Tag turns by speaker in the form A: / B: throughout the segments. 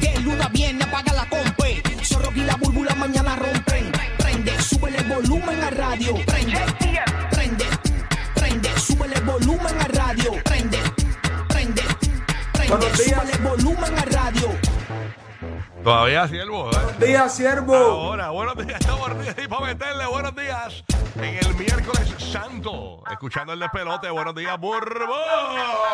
A: De luna viene, apaga la compe. Zorro y la búlbula mañana rompen. Prende, súbele el volumen a radio. Prende, prende, prende, súbele el volumen a radio. Prende, prende, prende, súbele el volumen a radio.
B: Todavía siervo, ¿eh?
C: Día siervo.
B: Ahora, buenos días, estamos ready para meterle buenos días en el miércoles santo. Escuchando el despelote, buenos días, Burbo.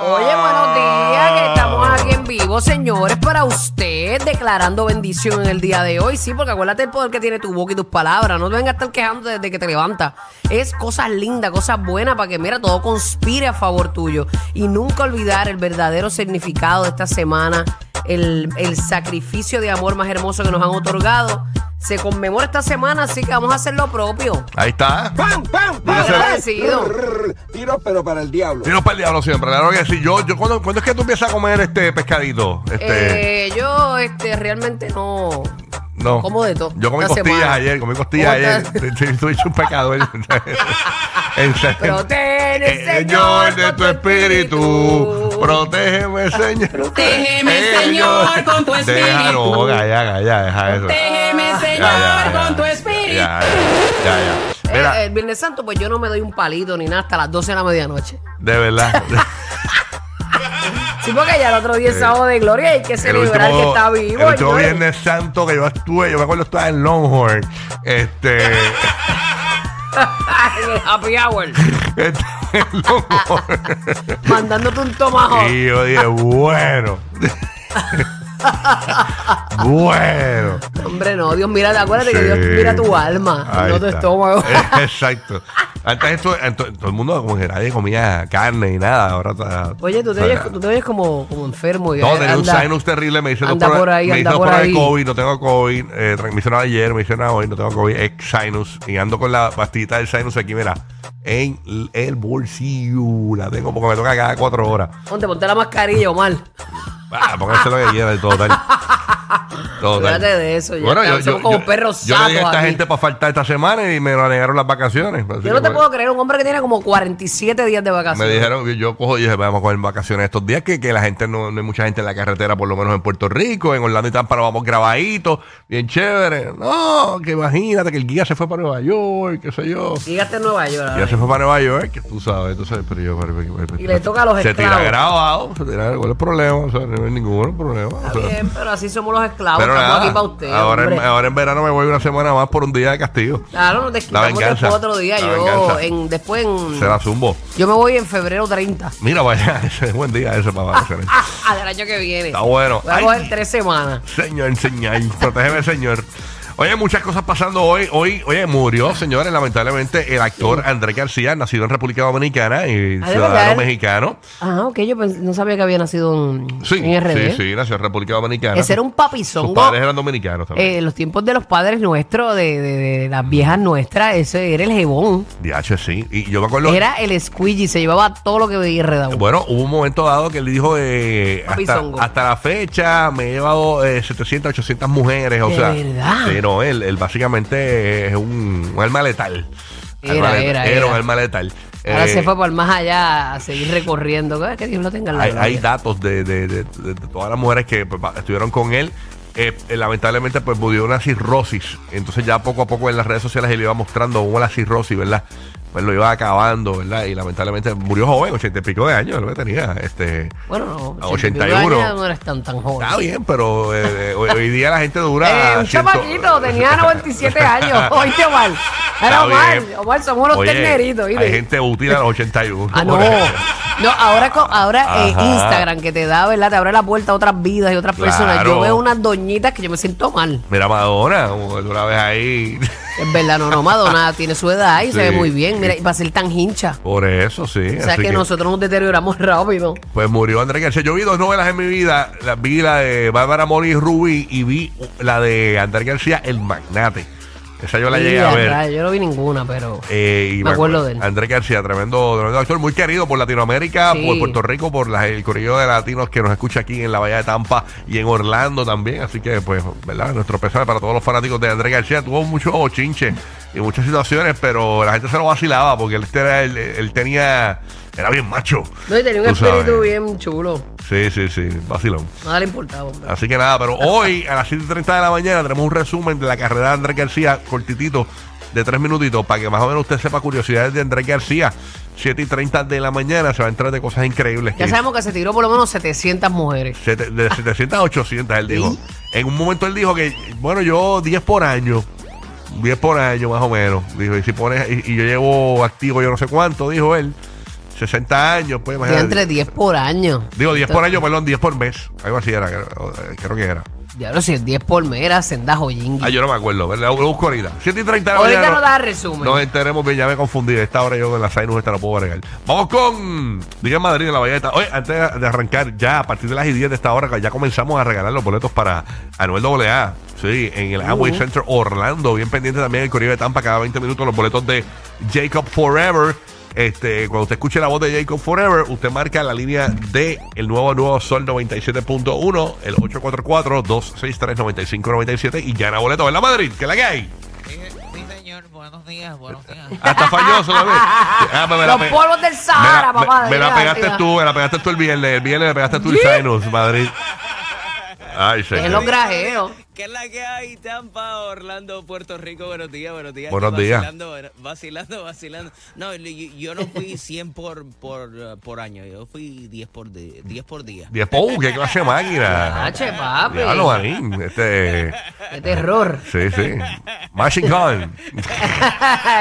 D: Oye, buenos días, que
B: Ah.
D: estamos aquí en vivo, señores, para usted, declarando bendición en el día de hoy. Sí, porque acuérdate el poder que tiene tu boca y tus palabras. No te vengas a estar quejando desde que te levantas. Es cosas lindas, cosas buenas, para que, mira, todo conspire a favor tuyo. Y nunca olvidar el verdadero significado de esta semana, el, el sacrificio de amor más hermoso que nos han otorgado. Se conmemora esta semana, así que vamos a hacer lo propio.
B: Ahí está.
C: ¡Pam, pam, pam!
B: Dice-
D: Agradecido.
C: Tiro, pero para el diablo.
B: Tiro para el diablo siempre, claro que sí. Yo, yo, ¿cuándo, cuándo es que tú empiezas a comer este pescadito? Este,
D: Eh, yo este, realmente no.
B: no.
D: como de todo,
B: Yo comí
D: esta
B: costillas
D: semana.
B: ayer, comí costillas
D: ¿Cómo
B: ayer.
D: estás?
B: Sí, sí, Tú eres un pecador. En serio.
D: Protege,
B: Eh,
D: Señor,
B: Señor, de tu espíritu, protégeme, Señor. Eh,
E: Protégeme, Señor, con tu
B: Déjalo,
E: espíritu.
B: ya, ya, ya, deja eso.
E: Protégeme,
B: Ya, ya,
E: Señor,
B: ya.
E: con tu espíritu.
B: Ya, ya, ya, ya.
D: Eh,
B: Mira,
D: el Viernes Santo, pues yo no me doy un palito ni nada hasta las 12 de la medianoche.
B: de verdad.
D: Sí, porque ya el otro día es
B: Eh,
D: sábado de gloria y hay que
B: El
D: celebrar que
B: último,
D: está vivo.
B: el último
D: señores.
B: Viernes Santo que yo estuve, yo me acuerdo estaba en Longhorn. Este.
D: En el happy hour.
B: estaba en Longhorn.
D: mandándote un tomahawk.
B: Y yo dije, bueno. bueno.
D: Hombre, no, Dios, mira, acuérdate que Dios
B: Sí.
D: mira tu alma,
B: Ahí
D: no tu
B: está. Eh.
D: estómago.
B: Exacto. Antes esto, ento- todo el mundo como que nadie comía carne y nada. Ahora está.
D: Oye, tú te oyes, tú te oyes como, como enfermo. y
B: No, tenía un
D: anda-
B: sinus terrible. Me hice dos
D: anda
B: pruebas,
D: por ahí,
B: me hice
D: anda
B: dos
D: por
B: pruebas de
D: ahí.
B: COVID, no tengo COVID. Eh, tra- me hicieron ayer, me hicieron hoy, no tengo COVID. Es sinus. Y ando con la pastillita del sinus aquí, mira, en l- el bolsillo. La tengo porque me toca cada cuatro horas.
D: Ponte, ponte la mascarilla, Omar.
B: Ah, pónganse lo que quieran y todo tal. Todo tal.
D: Cuídate de eso, ya. Somos como perros
B: yo le dije a
D: sapos
B: esta
D: aquí.
B: gente para faltar esta semana y me lo negaron las vacaciones. Así
D: Yo
B: que
D: no te
B: bueno.
D: puedo creer un hombre que tiene como 47 días de
B: Me
D: vacaciones.
B: dijeron, yo, yo cojo y dije, vamos a coger vacaciones estos días, que, que la gente no, no hay mucha gente en la carretera, por lo menos en Puerto Rico, en Orlando y Tampa, nos vamos grabaditos, bien chévere. No, que imagínate que el guía se fue para Nueva York, qué sé yo.
D: Llegaste a Nueva York.
B: Ya se fue para Nueva York, que tú sabes, entonces, pero yo... pero- pero- pero-
D: Y le toca a los
B: Se tira
D: esclavos.
B: grabado, se tira, ¿cuál es el problema? O sea, no hay ningún problema. o sea.
D: Está bien, pero así somos los esclavos.
B: pero
D: Ah, pues,
B: nada,
D: Estamos aquí para usted.
B: ahora, en,
D: hombre.
B: ahora en verano me voy una semana más por un día de castigo.
D: Claro, nos
B: La
D: desquitamos
B: venganza.
D: después otro día.
B: La
D: yo
B: venganza.
D: en, después en,
B: Se la zumbo.
D: yo me voy en febrero 30.
B: Mira, vaya, ese es buen día ese para vacaciones.
D: Ah, del año que viene.
B: Está bueno.
D: Voy a
B: Ay.
D: coger tres semanas.
B: Señor, señor, protégeme, señor. Oye, muchas cosas pasando hoy. Hoy, oye, murió, señores, lamentablemente, el actor Andrés García, nacido en República Dominicana y
D: Ah, ¿de
B: ciudadano
D: verdad?
B: mexicano.
D: Ah, ok, yo pens- no sabía que había nacido en,
B: Sí,
D: en RD.
B: sí, sí, nació en República Dominicana.
D: ¿eh? Ese era un
B: Sus
D: papizongo.
B: padres eran dominicanos también.
D: Eh, en los tiempos de los padres nuestros, de, de- de las viejas nuestras, ese era el jebón.
B: DH, sí. Y yo me acuerdo.
D: Era el squeegee, se llevaba todo lo que veía redado.
B: Bueno, hubo un momento dado que él dijo eh, hasta,
D: Papizongo.
B: hasta la fecha me he llevado eh, 700, 800 mujeres. O
D: ¿De
B: sea,
D: verdad?
B: sí, no, él, él básicamente es un, un alma letal.
D: Era,
B: Alma letal.
D: era,
B: un
D: era.
B: alma letal.
D: Ahora
B: Eh,
D: se fue por más allá a seguir recorriendo. Ah, Que, que Dios lo tenga en la
B: hay, hay
D: gloria.
B: datos de, de- de- de- de todas las mujeres que pues, va- estuvieron con él. Eh, eh, lamentablemente, pues murió una cirrosis. Entonces, ya poco a poco en las redes sociales él iba mostrando cómo la cirrosis, ¿verdad? Pues lo iba acabando, ¿verdad? Y lamentablemente murió joven, ochenta y pico de años, lo que tenía. Este,
D: Bueno, no,
B: a
D: 81
B: 81.
D: años no eres tan, tan joven.
B: está bien, pero eh, eh, hoy, hoy día la gente dura.
D: Eh, un
B: ciento-
D: chamaquito, tenía 97 años. Oíste mal. Era Omar,
B: bien.
D: Omar, somos los
B: Oye,
D: terneritos,
B: Hay
D: ¿viste?
B: gente útil a los 81.
D: Ah, no. No, ahora, co- ahora eh,
B: Ajá.
D: Instagram que te da, ¿verdad? Te abre la puerta a otras vidas y otras personas. Yo
B: Claro.
D: veo unas doñitas que yo me siento mal.
B: Mira Madonna, como que una vez ahí.
D: Es verdad, no, no, Madonna tiene su edad y se ve
B: Sí.
D: muy bien. Mira, y para ser tan hincha.
B: Por eso, sí.
D: O sea
B: así
D: que,
B: que-
D: nosotros nos deterioramos rápido.
B: Pues murió Andrés García. Yo vi dos novelas en mi vida. La- vi la de Bárbara Mori y Rubí y vi la de Andrés García, El Magnate. Esa yo la llegué a
D: Mira,
B: ver.
D: rayo, Yo no vi ninguna, pero.
B: Eh, y
D: Me acuerdo de él.
B: Andrés García, tremendo, tremendo actor, muy querido por Latinoamérica,
D: Sí.
B: por Puerto Rico, por las- el corrillo de latinos que nos escucha aquí en la Bahía de Tampa y en Orlando también. Así que, pues, ¿verdad? Nuestro pesar para todos los fanáticos de Andrés García. Tuvo mucho chinche y muchas situaciones, pero la gente se lo vacilaba porque él, era, él, él tenía. Era bien macho.
D: No, y tenía un
B: Tú
D: espíritu
B: sabes.
D: bien chulo.
B: Sí, sí, sí, vacilón.
D: Nada le importaba, hombre.
B: Así que nada, pero hoy a las 7.30 de la mañana tenemos un resumen de la carrera de Andrés García, cortitito, de tres minutitos, para que más o menos usted sepa curiosidades de Andrés García. 7.30 de la mañana se va a entrar de cosas increíbles.
D: Ya
B: que
D: sabemos que se tiró por lo menos 700 mujeres.
B: sete- de 700 a 800, él dijo. En un momento él dijo que, bueno, yo 10 por año, 10 por año más o menos. Dijo, y si pones, y, y yo llevo activo yo no sé cuánto, dijo él, 60 años, pues
D: Ya
B: imagínate.
D: entre 10 por año.
B: Digo, 10 por año, perdón, 10 por mes. Algo así era, creo, eh, creo que era.
D: Ya lo sé, 10 por mera, sendas o
B: Ah, yo no me acuerdo, ¿verdad? Lo busco ahorita. 7 y 30 de la
D: Ahorita
B: mañana,
D: no da resumen.
B: Nos enteremos bien, ya me confundí. Esta hora yo con la Zainus esta la puedo bregar. Vamos con Diga Madrid en la Valleta. Oye, antes de arrancar, ya a partir de las 10 de esta hora, ya comenzamos a regalar los boletos para Anuel AA. Sí, en el Amway Center Orlando. Bien pendiente también el Corribe de Tampa, cada 20 minutos los boletos de Jacob Forever. Este, cuando usted escuche la voz de Jacob Forever, usted marca la línea de el nuevo nuevo Sol 97.1, el 844-263-9597 y gana boleto en la Madrid, que la que hay.
E: Sí, sí, señor, buenos días, buenos días.
B: Hasta falloso la vez. Ah, pues me la
D: Los
B: pe-
D: polvos del
B: me la-
D: Sahara, papá,
B: Me,
D: de
B: me la
D: verdad,
B: pegaste
D: tía.
B: tú, me la pegaste tú el viernes. El viernes le pegaste tú el Sinus, Madrid. Ay,
D: Es los
B: señor.
D: grajeos.
F: ¿Qué es la que hay? Tampa, Orlando, Puerto Rico. Buenos días, buenos días.
B: Buenos días.
F: Vacilando, eh, vacilando, vacilando. No, yo, yo no fui 100 por, por, eh, por año. Yo fui 10 por, di- 10 por día.
B: Diez, ¡Uh, qué clase de máquina!
D: H, papi.
B: Diablo, Marín. Este.
D: Qué terror.
B: Sí, sí. Machine Gun.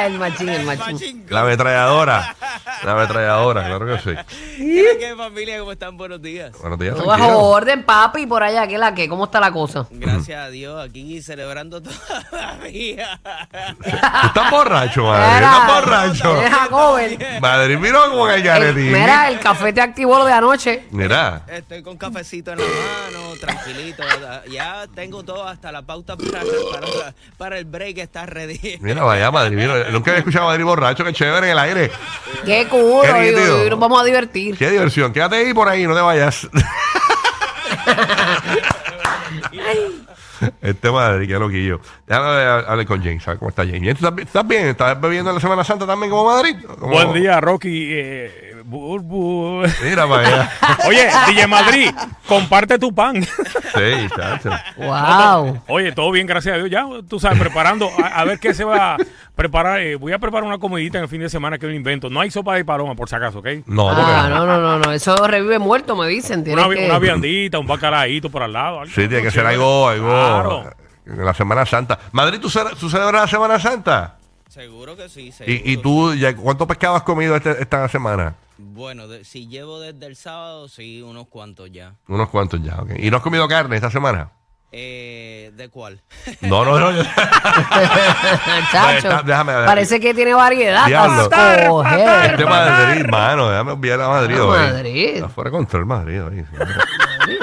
D: el machín, el machín.
B: La ametralladora. La atralladora, claro que sí.
F: ¿Qué es la que hay, familia? ¿Cómo están? Buenos días.
B: Buenos días,
D: Todo
B: tranquilo.
D: bajo orden, papi, por allá, ¿qué la que? ¿Cómo está la cosa?
F: Gracias a Dios, aquí celebrando todavía.
B: Tú estás borracho, Madrid. Tú
D: Era-
B: Estás borracho.
D: Eres Jacober.
B: Madrid, mira como en el
D: El-
B: garetín.
D: Eh, Mira, el café te activó lo de anoche.
B: Mira.
F: Estoy con cafecito en la mano, tranquilito. Ya tengo todo, hasta la pauta para, para, para el break está ready.
B: Mira, vaya Madrid. Mira, nunca había escuchado a Madrid borracho. Qué chévere en el aire.
D: Qué culo,
B: Qué
D: digo,
B: nítido.
D: digo, nos vamos a divertir.
B: Qué diversión. Quédate ahí por ahí, no te vayas. este Madrid, qué loquillo. Déjame hablar hablar con James, ¿sabes cómo está James? James, ¿tú ¿estás, bi- estás bien? ¿Estás bebiendo en la Semana Santa también como Madrid? ¿Cómo-
G: Buen día, Rocky. Eh, Burbu.
B: Mira para allá.
G: Oye, DJ Madrid, comparte tu pan.
B: sí, chacho.
D: Wow.
G: Oye, todo bien, gracias a Dios. Ya, tú sabes, preparando. A, a ver qué se va a preparar. Eh, voy a preparar una comidita en el fin de semana que me invento. No hay sopa de paloma, por si acaso, ¿ok?
B: No,
D: Ah,
B: porque-
D: no, no, no, no. Eso revive muerto, me dicen. Tienes
G: Una, vi-
D: que...
G: una viandita, un bacalaíto por al lado. algo,
B: Sí, tiene que ser
G: chévere.
B: algo, algo.
G: Claro.
B: En la Semana Santa. Madrid, ¿tú, ce- tú celebras la Semana Santa?
F: Seguro que sí. Seguro.
B: ¿Y, y tú, ya, cuánto pescado has comido este- esta semana?
F: Bueno, de- si llevo desde el sábado, sí, unos cuantos ya.
B: Unos cuantos ya, ok. ¿Y no has comido carne esta semana?
F: Eh, ¿De cuál?
B: No, no, no.
D: Chacho,
B: Está- déjame ver.
D: Parece que tiene variedad.
B: Diablo.
D: para escoger.
B: Este Madrid, mano, déjame olvidar a Madrid
D: Ah,
B: hoy.
D: Madrid.
B: Está fuera de control Madrid hoy.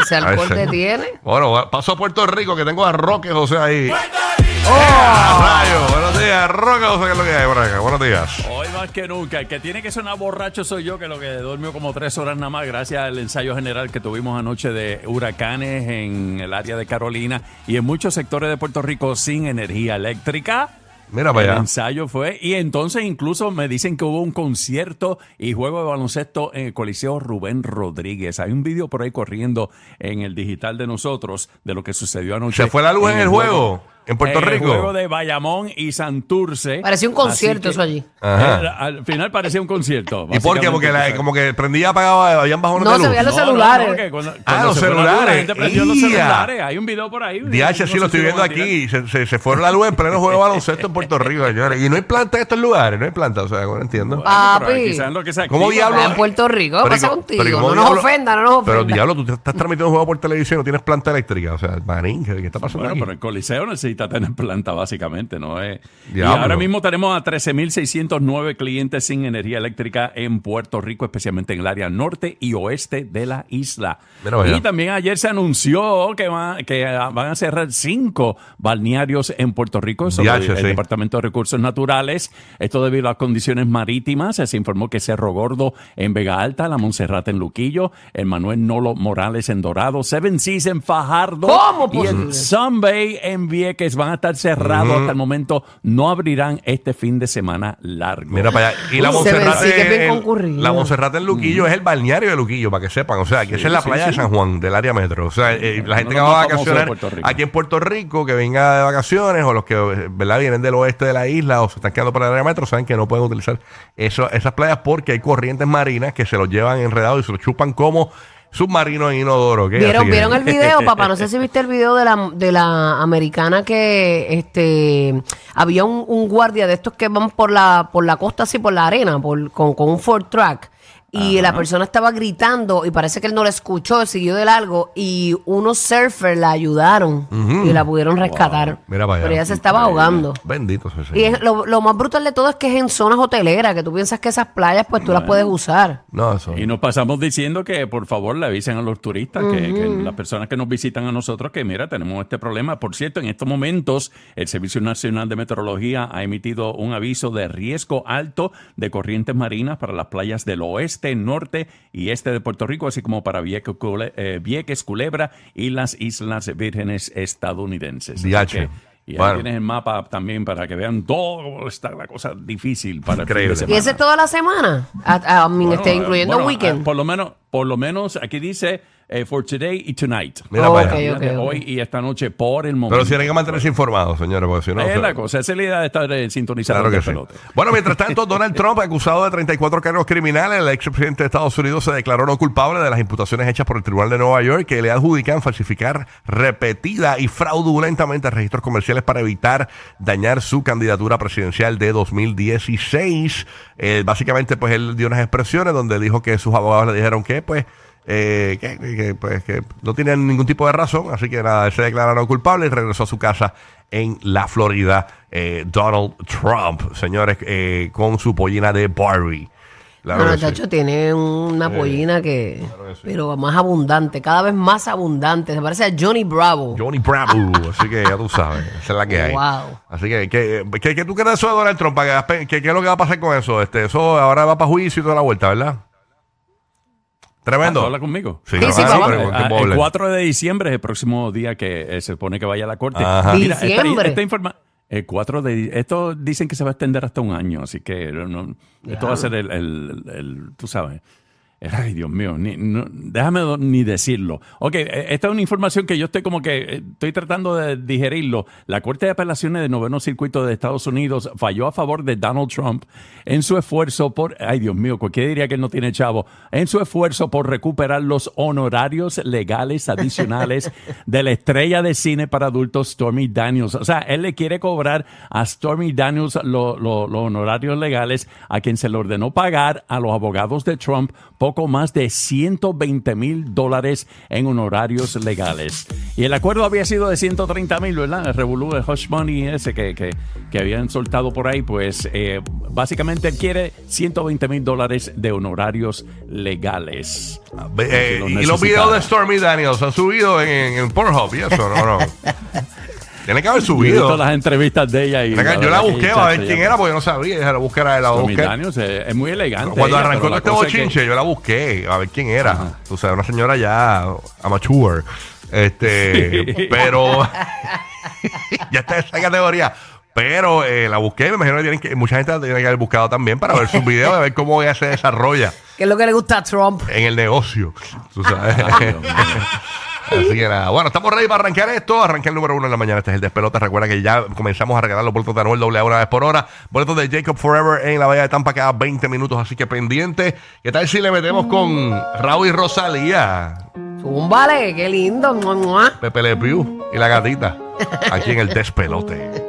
D: Ese
B: Ay,
D: alcohol te
B: señor.
D: tiene.
B: Bueno, va- paso a Puerto Rico que tengo a Roque José ahí.
D: Oh.
B: ¡Ah, rayo! Buenos días, Roque José, ¿qué es lo que hay por acá? Buenos días.
H: Hoy más que nunca, el que tiene que sonar borracho soy yo, que lo que durmió como tres horas nada más, gracias al ensayo general que tuvimos anoche de huracanes en el área de Carolina y en muchos sectores de Puerto Rico sin energía eléctrica.
B: Mira para
H: El
B: allá.
H: ensayo fue, y entonces incluso me dicen que hubo un concierto y juego de baloncesto en el Coliseo Rubén Rodríguez. Hay un video por ahí corriendo en el digital de nosotros de lo que sucedió anoche.
B: ¿Se fue la luz en el juego? ¿En Puerto
H: el
B: Rico?
H: juego de Bayamón y Santurce.
D: Parecía un concierto eso allí.
B: Ajá.
H: Eh, al final parecía un concierto.
B: ¿Y por qué? Porque la-
H: básicamente.
B: como que prendía, apagaba, habían bajado
D: No, se veían los
H: No, no,
D: celulares.
H: no, que cuando-
B: Ah,
H: cuando
B: los
H: se fue la luz,
B: celulares.
H: La gente prendió los
B: ¡Ia!
H: celulares. Hay un video por ahí.
B: DH, sí,
H: No
B: lo
H: sé
B: estoy
H: si
B: viendo
H: van a tirar.
B: aquí. Se, se, se fueron la luz en pleno juego de baloncesto en Puerto Rico, señores. Y no hay planta en estos lugares, no hay planta, o sea, no entiendo.
H: Bueno, pero
D: Papi.
H: quizás lo que se
B: ¿Cómo
H: activa,
B: diablo?
H: ¿verdad?
D: en Puerto Rico, ¿qué pasa
B: ¿cómo-
D: contigo?
B: ¿cómo
D: No nos ofenda, no nos ofenda.
B: Pero diablo, tú te estás transmitiendo un juego por televisión y no tienes planta eléctrica. O sea, manín, ¿qué qué está pasando
H: Bueno,
B: aquí?
H: pero el Coliseo necesita tener planta, básicamente, ¿no? es y
B: Diablo.
H: ahora mismo tenemos a 13.609 clientes sin energía eléctrica en Puerto Rico, especialmente en el área norte y oeste de la isla.
B: Mira, vaya.
H: Y también ayer se anunció que, va- que ah, van a cerrar cinco balnearios en Puerto Rico. Eso lo-
B: Diache,
H: el
B: sí.
H: Departamento de Recursos Naturales. Esto debido a las condiciones marítimas. Se informó que Cerro Gordo en Vega Alta, la Montserrat en Luquillo, el Manuel Nolo Morales en Dorado, Seven Seas en Fajardo
D: ¿Cómo
H: y
D: posible?
H: el Sunbay en Vieques van a estar cerrados hasta el momento. No abrirán este fin de semana largo.
B: Mira para allá. Y la
D: Uy, se ve,
B: Monserrate.
D: sí, que es bien
B: en-
D: concurrido.
B: la Monserrate en Luquillo es el balneario de Luquillo, para que sepan. O sea, que esa es la
H: sí,
B: playa de
H: sí.
B: San Juan, del área metro. O sea, eh, la gente
H: de
B: que
H: los
B: va a
H: más famosos de
B: vacacionar
H: Puerto Rico.
B: aquí en Puerto Rico, que venga de vacaciones, o los que eh, ¿verdad? vienen del oeste de la isla o se están quedando para el área metro, saben que no pueden utilizar eso- esas playas porque hay corrientes marinas que se los llevan enredados y se los chupan como submarinos en inodoro. ¿ok?
D: ¿Vieron,
B: Así que-
D: ¿Vieron el video, papá? No sé si viste el video de la, de la americana que este había un, un guardia de estos que van por la, por la costa, así por la arena, por- con, con un Ford Track. Y la persona estaba gritando y parece que él no la escuchó, siguió de largo y unos surfers la ayudaron y la pudieron rescatar.
B: Mira para allá.
D: Pero ella se estaba
B: Increíble.
D: ahogando.
B: Bendito sea el
D: Y
B: Señor.
D: es- lo, lo más brutal de todo es que es en zonas hoteleras, que tú piensas que esas playas pues tú las puedes usar.
B: No, eso.
H: Y nos pasamos diciendo que por favor le avisen a los turistas, que, que las personas que nos visitan a nosotros, que mira, tenemos este problema. Por cierto, en estos momentos el Servicio Nacional de Meteorología ha emitido un aviso de riesgo alto de corrientes marinas para las playas del oeste, norte y este de Puerto Rico, así como para Vieque- Cule- eh, Vieques, Culebra y las Islas Vírgenes estadounidenses. Así
B: Diache.
H: que- y ahí
B: Bueno.
H: tienes el mapa también para que vean todo está la cosa difícil para el fin de
B: Increíble.
D: Y
H: semana.
D: ese es toda la semana, A- a- este,
H: Bueno,
D: incluyendo
H: bueno,
D: weekend.
H: eh, Por lo menos, por lo menos aquí dice eh, for today y tonight.
B: Mira
D: Oh, Ok,
B: para allá.
D: ok, ok.
H: Hoy y esta noche por el momento.
B: Pero tienen que mantenerse informados, señores, porque si no.
H: es
B: se-
H: la cosa, esa es la idea de estar eh, sintonizando
B: Claro que
H: el
B: sí.
H: pelote.
B: Bueno, mientras tanto, Donald Trump, acusado de 34 cargos criminales, el expresidente de Estados Unidos se declaró no culpable de las imputaciones hechas por el Tribunal de Nueva York que le adjudican falsificar repetida y fraudulentamente registros comerciales para evitar dañar su candidatura presidencial de 2016. Eh, básicamente, pues él dio unas expresiones donde dijo que sus abogados le dijeron que, pues, eh, que, que, pues, que no tienen ningún tipo de razón, así que nada, él se declararon culpable y regresó a su casa en la Florida, eh, Donald Trump, señores, eh, con su pollina de Barbie. La
D: Bueno,
B: verdad que
D: Chacho tiene una pollina que, pero más abundante, cada vez más abundante. Se parece a Johnny Bravo.
B: sí. Johnny Bravo, así que ya tú sabes, esa es la que hay.
D: Wow.
B: Así que, ¿qué, qué, qué tú crees de eso de Donald Trump? ¿Qué, qué, qué es lo que va a pasar con eso? Este, eso ahora va para juicio y toda la vuelta, ¿verdad?
H: Ah, ¿tú
B: Tremendo.
H: hablas conmigo?
B: Sí,
D: Sí,
B: no,
D: sí,
B: ah,
D: papá.
B: pero ¿con quién
H: Ah,
B: puedo
H: el
B: hablar?
H: 4 de diciembre es el próximo día que eh, se supone que vaya a la corte.
B: Ajá.
H: esta-
D: Diciembre.
H: esta informa- el 4 de di- esto dicen que se va a extender hasta un año, así que no- no- esto va a ser el, el- el- tú sabes. Ay, Dios mío, ni- no- déjame do- ni decirlo. Ok, eh, esta es una información que yo estoy como que eh, estoy tratando de digerirlo. La Corte de Apelaciones del Noveno Circuito de Estados Unidos falló a favor de Donald Trump en su esfuerzo por, ay Dios mío, cualquiera diría que él no tiene chavo, en su esfuerzo por recuperar los honorarios legales adicionales de la estrella de cine para adultos Stormy Daniels. O sea, él le quiere cobrar a Stormy Daniels lo- lo- los honorarios legales a quien se le ordenó pagar a los abogados de Trump poco más de 120 mil dólares en honorarios legales. Y el acuerdo había sido de 130 mil, ¿verdad? El revolú de Hush Money ese que, que, que habían soltado por ahí, pues eh, básicamente él quiere 120 mil dólares de honorarios legales.
B: Eh,
H: Lo
B: y los videos de
H: necesitaba.
B: Stormy Daniels han subido en, en, en Pornhub y eso, no, no. Tiene que haber
H: Yo he visto
B: subido.
H: las entrevistas de ella y...
B: Tiene que- yo la
H: verdad que,
B: busqué a ver
H: chacho,
B: quién
H: ya-
B: era porque yo no sabía. Dije, la búsqueda de la
H: Stormy
B: busqué.
H: Daniels, eh, es muy elegante.
B: Cuando
H: ella,
B: arrancó
H: pero
B: todo
H: la
B: este
H: cosa es que-
B: bochinche, yo la busqué a ver quién era. O sea, una señora ya amateur. Este,
H: Sí.
B: pero ya está en esa categoría. Pero eh, la busqué, me imagino que, tienen que mucha gente la tiene que haber buscado también para ver sus videos, a ver cómo ella se desarrolla
D: Que es lo que le gusta a Trump.
B: en el negocio. Tú sabes. Así que nada. Bueno, estamos ready para arrancar esto. Arranca el número uno en la mañana. Este es el despelota. Recuerda que ya comenzamos a regalar los boletos de Anuel doble A una vez por hora. Boletos de Jacob Forever en la Bahía de Tampa cada 20 minutos. Así que pendiente. ¿Qué tal si le metemos con Raúl y Rosalía?
D: Zúmbale, qué lindo. Mua, mua.
B: Pepe Le Pew y la gatita. Aquí en el despelote.